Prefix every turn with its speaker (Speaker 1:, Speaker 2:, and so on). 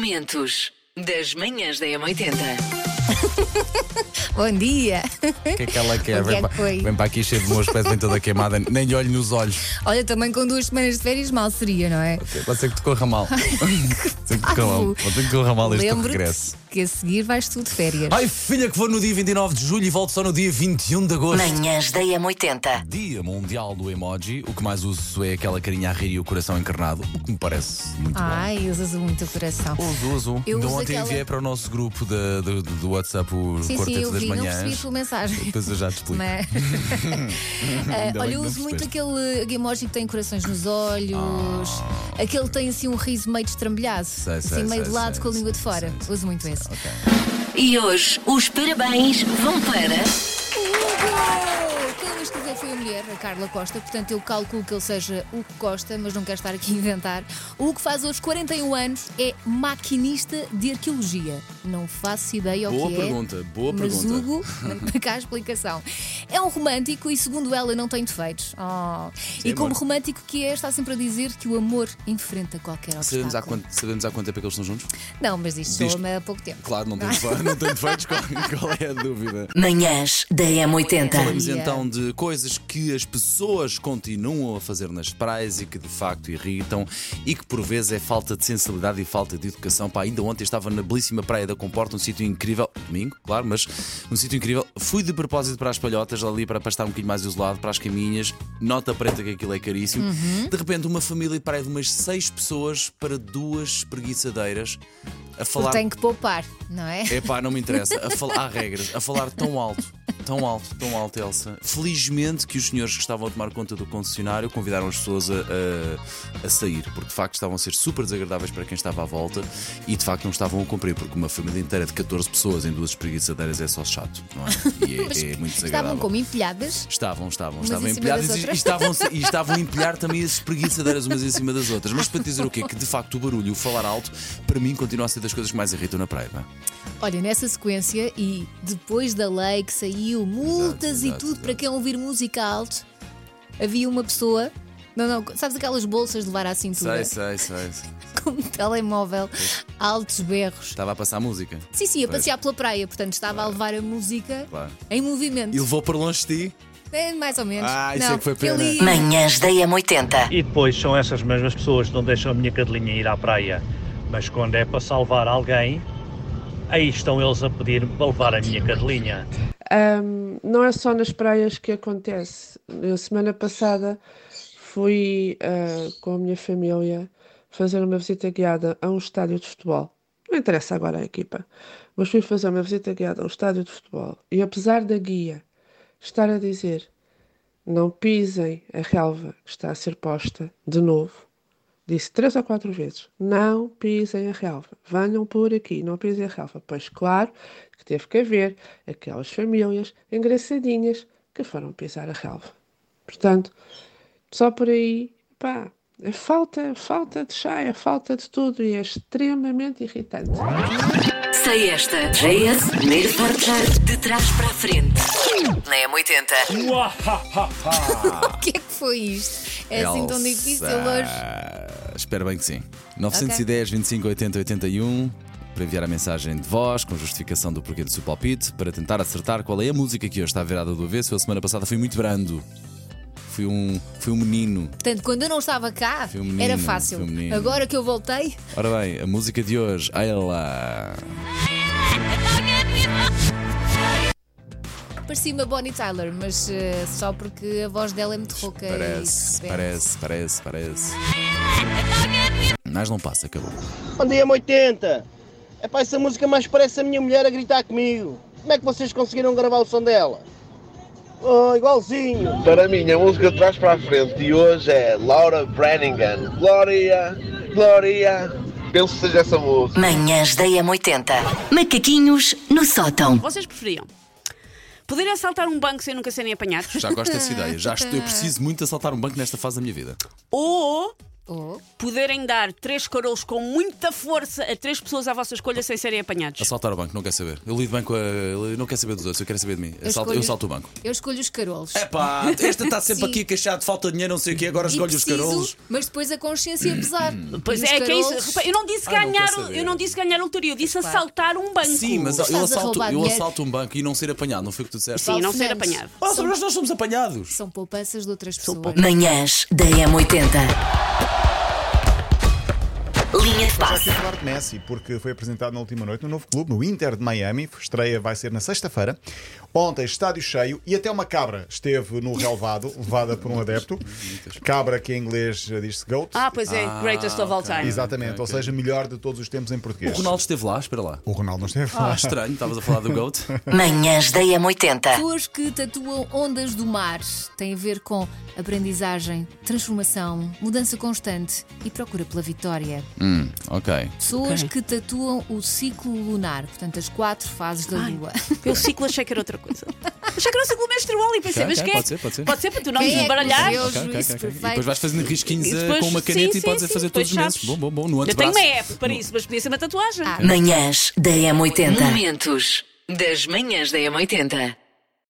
Speaker 1: Momentos das manhãs da M80.
Speaker 2: Bom dia!
Speaker 3: O que é que ela quer?
Speaker 2: O que é
Speaker 3: vem,
Speaker 2: que
Speaker 3: pa-
Speaker 2: foi?
Speaker 3: vem para aqui cheio de meus pés, vem toda queimada, nem lhe olho nos olhos.
Speaker 2: Olha, também com duas semanas de férias mal seria, não é?
Speaker 3: Pode ser que te corra mal. Pode ser que te corra mal. Pode ser que te corra mal este teu regresso.
Speaker 2: Lembro-te que a seguir vais tu de férias.
Speaker 3: Ai, filha, que vou no dia 29 de julho e volto só no dia 21 de agosto.
Speaker 1: Manhãs da M80.
Speaker 3: Dia Mundial do Emoji, o que mais uso é aquela carinha a rir e o coração encarnado, o que me parece muito
Speaker 2: Ai, usas muito o coração.
Speaker 3: bom. Uso, uso.
Speaker 2: Eu
Speaker 3: Ainda
Speaker 2: uso
Speaker 3: ontem
Speaker 2: aquela-
Speaker 3: enviei para o nosso grupo da- do, do- do WhatsApp o
Speaker 2: Sim, sim,
Speaker 3: Quarteto
Speaker 2: eu
Speaker 3: das
Speaker 2: vi, não percebi a
Speaker 3: Manhãs.
Speaker 2: tua mensagem.
Speaker 3: Depois eu já te explico.
Speaker 2: Mas... Ah,
Speaker 3: Ainda bem
Speaker 2: Olha,
Speaker 3: que
Speaker 2: eu
Speaker 3: não
Speaker 2: uso muito
Speaker 3: percebeste. Ah.
Speaker 2: aquele emoji que tem corações nos olhos, aquele que tem assim um riso meio destrambulhado,
Speaker 3: Sei,
Speaker 2: assim
Speaker 3: sei,
Speaker 2: meio
Speaker 3: sei,
Speaker 2: de lado
Speaker 3: sei,
Speaker 2: com a língua de
Speaker 3: sei,
Speaker 2: fora.
Speaker 3: sei, sei,
Speaker 2: uso muito esse.
Speaker 3: Ok.
Speaker 1: E hoje os parabéns vão para.
Speaker 2: Hugo! Quem o escreveu foi a mulher, a Carla Costa, portanto eu calculo que ele seja o que Costa, mas não quero estar aqui a inventar. O que faz hoje 41 anos é maquinista de arqueologia. Não faço ideia
Speaker 3: Boa
Speaker 2: o que
Speaker 3: pergunta,
Speaker 2: é.
Speaker 3: boa
Speaker 2: mas
Speaker 3: pergunta.
Speaker 2: Hugo, manda cá a explicação. É um romântico e, segundo ela, não tem defeitos. Oh. E como
Speaker 3: amor.
Speaker 2: romântico que é, está sempre a dizer que o amor enfrenta qualquer obstáculo.
Speaker 4: Sabemos há, quanto, sabemos há quanto tempo é que eles estão juntos?
Speaker 2: Não, mas isto
Speaker 3: Diz-
Speaker 2: soa-me há pouco tempo. Ah,
Speaker 3: Claro, não tem defe- não tem defeitos, qual, qual é a dúvida?
Speaker 1: Manhãs da M80.
Speaker 4: Falamos
Speaker 2: Yeah.
Speaker 4: então de coisas que as pessoas continuam a fazer nas praias e que de facto irritam e que por vezes é falta de sensibilidade e falta de educação. Pá, ainda ontem estava na belíssima Praia da Comporta, um sítio incrível, domingo, claro, mas um sítio incrível. Fui de propósito para as palhotas, ali para pastar um bocadinho mais isolado, para as caminhas, nota preta que aquilo é caríssimo.
Speaker 2: Uhum.
Speaker 4: De repente, uma família de praia de umas seis pessoas para duas preguiçadeiras a falar.
Speaker 2: Tem que poupar, não é?
Speaker 4: Epá, não me interessa. A fal- Há regras. A falar tão alto, tão alto, tão alto, Elsa. Felizmente que os senhores que estavam a tomar conta do concessionário convidaram as pessoas a, a- a sair, porque de facto estavam a ser super desagradáveis para quem estava à volta e de facto não estavam a cumprir, porque uma família inteira de 14 pessoas em duas espreguiçadeiras é só chato, não é? E
Speaker 2: Mas
Speaker 4: é, é
Speaker 2: Estavam
Speaker 4: muito desagradável.
Speaker 2: como empilhadas.
Speaker 4: Estavam, estavam,
Speaker 2: Umas
Speaker 4: estavam
Speaker 2: em cima das
Speaker 4: empilhadas e, e
Speaker 2: outras.
Speaker 4: estavam, e estavam a empilhar também as espreguiçadeiras umas em cima das outras. Mas para te dizer o quê? Que de facto o barulho, o falar alto, para mim continua a ser das coisas que mais irritam na praia. não é?
Speaker 2: Olha, nessa sequência e depois da lei que saiu, multas
Speaker 4: exato,
Speaker 2: e tudo para quem ouvir música alto, havia uma pessoa. Não, não, sabes aquelas bolsas de levar à cintura
Speaker 4: Sei, sei, sei. sei.
Speaker 2: com um telemóvel, altos berros.
Speaker 4: Estava a passar música.
Speaker 2: Sim, sim, a
Speaker 4: Tá. Pois.
Speaker 2: passear pela praia, portanto estava a levar a música
Speaker 4: Claro.
Speaker 2: em movimento.
Speaker 4: E levou para longe de ti.
Speaker 2: É, mais ou menos.
Speaker 4: Ah, isso
Speaker 2: não,
Speaker 4: é que foi
Speaker 2: porque
Speaker 4: pena.
Speaker 2: ali-
Speaker 1: Manhãs da M80.
Speaker 5: E depois são essas mesmas pessoas que não deixam a minha cadelinha ir à praia. Mas quando é para salvar alguém, aí estão eles a pedir-me para levar a minha cadelinha.
Speaker 6: Ahm, não é só nas praias que acontece. Na semana passada fui ah, com a minha família fazer uma visita guiada a um estádio de futebol. Não interessa agora a equipa, mas fui fazer uma visita guiada a um estádio de futebol. E apesar da guia estar a dizer não pisem a relva que está a ser posta de novo, disse três ou quatro vezes: não pisem a relva, venham por aqui, não pisem a relva. Pois claro que teve que haver aquelas famílias engraçadinhas que foram pisar a relva. Portanto, só por aí, pá, é falta, falta de chá, é falta de tudo e é extremamente irritante.
Speaker 1: Sei esta. JS, primeiro portar de trás para a frente. Na M80.
Speaker 2: O que é que foi isto? É assim tão difícil hoje.
Speaker 4: Espero bem que sim. 910 25 80 81 para enviar a mensagem de voz com justificação do porquê do seu palpite, para tentar acertar qual é a música que hoje está virada do avesso. Eu, a semana passada fui muito brando. Fui um, fui um menino.
Speaker 2: Portanto, quando eu não estava cá,
Speaker 4: Foi um menino,
Speaker 2: era fácil.
Speaker 4: foi um menino.
Speaker 2: Agora que eu voltei,
Speaker 4: Ora bem, a música de hoje, ela.
Speaker 2: parecia uma Bonnie Tyler, mas eh, só porque a voz dela é muito rouca. e de
Speaker 4: Parece,
Speaker 2: repente-
Speaker 4: parece, parece, parece. Mas não passa, acabou.
Speaker 7: Bom dia, M80. Epá, essa música é mais parece a minha mulher a gritar comigo. Como é que vocês conseguiram gravar o som dela? Oh, igualzinho.
Speaker 8: Para mim, a música de trás para a frente de hoje é Laura Brannigan. Glória, Glória. Penso que seja essa música.
Speaker 1: Manhãs da M80. Macaquinhos no sótão.
Speaker 9: Vocês preferiam poder assaltar um banco sem nunca serem apanhados
Speaker 4: Já gosto dessa ideia. Já estou, eu preciso muito de assaltar um banco nesta fase da minha vida.
Speaker 9: ou
Speaker 2: Oh.
Speaker 9: Poderem dar três carolos com muita força a três pessoas à vossa escolha sem serem apanhados.
Speaker 4: Assaltar o banco, não quer saber. Eu lido bem com a. Eu não quero saber dos outros, eu quero saber de mim.
Speaker 2: Eu
Speaker 4: Assalto-
Speaker 2: escolho-
Speaker 4: eu salto o banco. É,
Speaker 2: Eu escolho os carolos.
Speaker 4: Epá, esta está sempre
Speaker 2: Sim.
Speaker 4: aqui a queixar de falta de dinheiro, não sei o quê, agora
Speaker 2: E
Speaker 4: escolho os
Speaker 2: preciso,
Speaker 4: carolos. Hum.
Speaker 2: Mas depois a consciência ia pesar.
Speaker 9: Pois
Speaker 2: E os
Speaker 9: é, que é isso.
Speaker 2: carolos-
Speaker 9: Repara, Eu não disse
Speaker 4: Ah, não
Speaker 9: ganhar,
Speaker 4: quer saber.
Speaker 9: eu não disse ganhar a loteria, eu disse
Speaker 2: Claro.
Speaker 9: assaltar um banco.
Speaker 4: Sim, mas
Speaker 2: Estás
Speaker 4: eu
Speaker 2: a
Speaker 4: assalto,
Speaker 2: roubar
Speaker 4: eu
Speaker 2: dinheiro.
Speaker 4: assalto um banco e não ser apanhado, não foi o que tu disseste?
Speaker 9: Sim, não ser
Speaker 2: Fernandes,
Speaker 9: apanhado.
Speaker 4: Ah, mas nós não somos apanhados.
Speaker 2: São poupanças de outras pessoas.
Speaker 1: Manhãs da M80. Linha de
Speaker 10: Já
Speaker 1: passe.
Speaker 10: sei falar de Messi, porque foi apresentado na última noite no novo clube, no Inter de Miami. Estreia vai ser na sexta-feira. Ontem, estádio cheio e até uma cabra esteve no relvado, levada por um adepto. Cabra que em inglês eh, diz-se goat.
Speaker 9: Ah, pois é, greatest of all time.
Speaker 10: Exatamente, ou seja, melhor de todos os tempos em
Speaker 4: O
Speaker 10: português.
Speaker 4: Ronaldo esteve lá, espera lá.
Speaker 10: O Ronaldo não esteve.
Speaker 4: Ah, estranho, estavas a falar do GOAT.
Speaker 1: Manhãs da M80.
Speaker 2: Pessoas que tatuam ondas do mar têm a ver com aprendizagem, transformação, mudança constante e procura pela vitória.
Speaker 4: hum, ok.
Speaker 2: Pessoas
Speaker 9: Ok.
Speaker 2: que tatuam o ciclo lunar, portanto, as quatro fases da
Speaker 9: Ai,
Speaker 2: Lua.
Speaker 9: Eu ciclo achei que era outra coisa. Achei que era o ciclo menstrual e
Speaker 4: Ok,
Speaker 9: pensei, mas
Speaker 4: ok,
Speaker 9: quem é
Speaker 4: pode ser, pode ser.
Speaker 9: Pode ser para tu não
Speaker 2: Quem
Speaker 9: me
Speaker 2: é que
Speaker 9: desbaralhar.
Speaker 2: nos deu?
Speaker 4: Ok, ok,
Speaker 2: Juízo
Speaker 4: ok. E
Speaker 2: perfeito.
Speaker 4: depois vais fazendo risquinhos
Speaker 9: E
Speaker 4: eh,
Speaker 9: depois-
Speaker 4: com uma caneta
Speaker 9: sim,
Speaker 4: e podes
Speaker 9: sim,
Speaker 4: fazer
Speaker 9: sim,
Speaker 4: todos os
Speaker 9: depois
Speaker 4: meses.
Speaker 9: sabes.
Speaker 4: Bom, bom, bom. No
Speaker 9: Eu tenho uma
Speaker 4: antebraço.
Speaker 9: app para isso, mas podia ser Ah, uma tatuagem.
Speaker 1: Manhãs da M80.
Speaker 2: Oitenta.
Speaker 1: Momentos das manhãs da M80.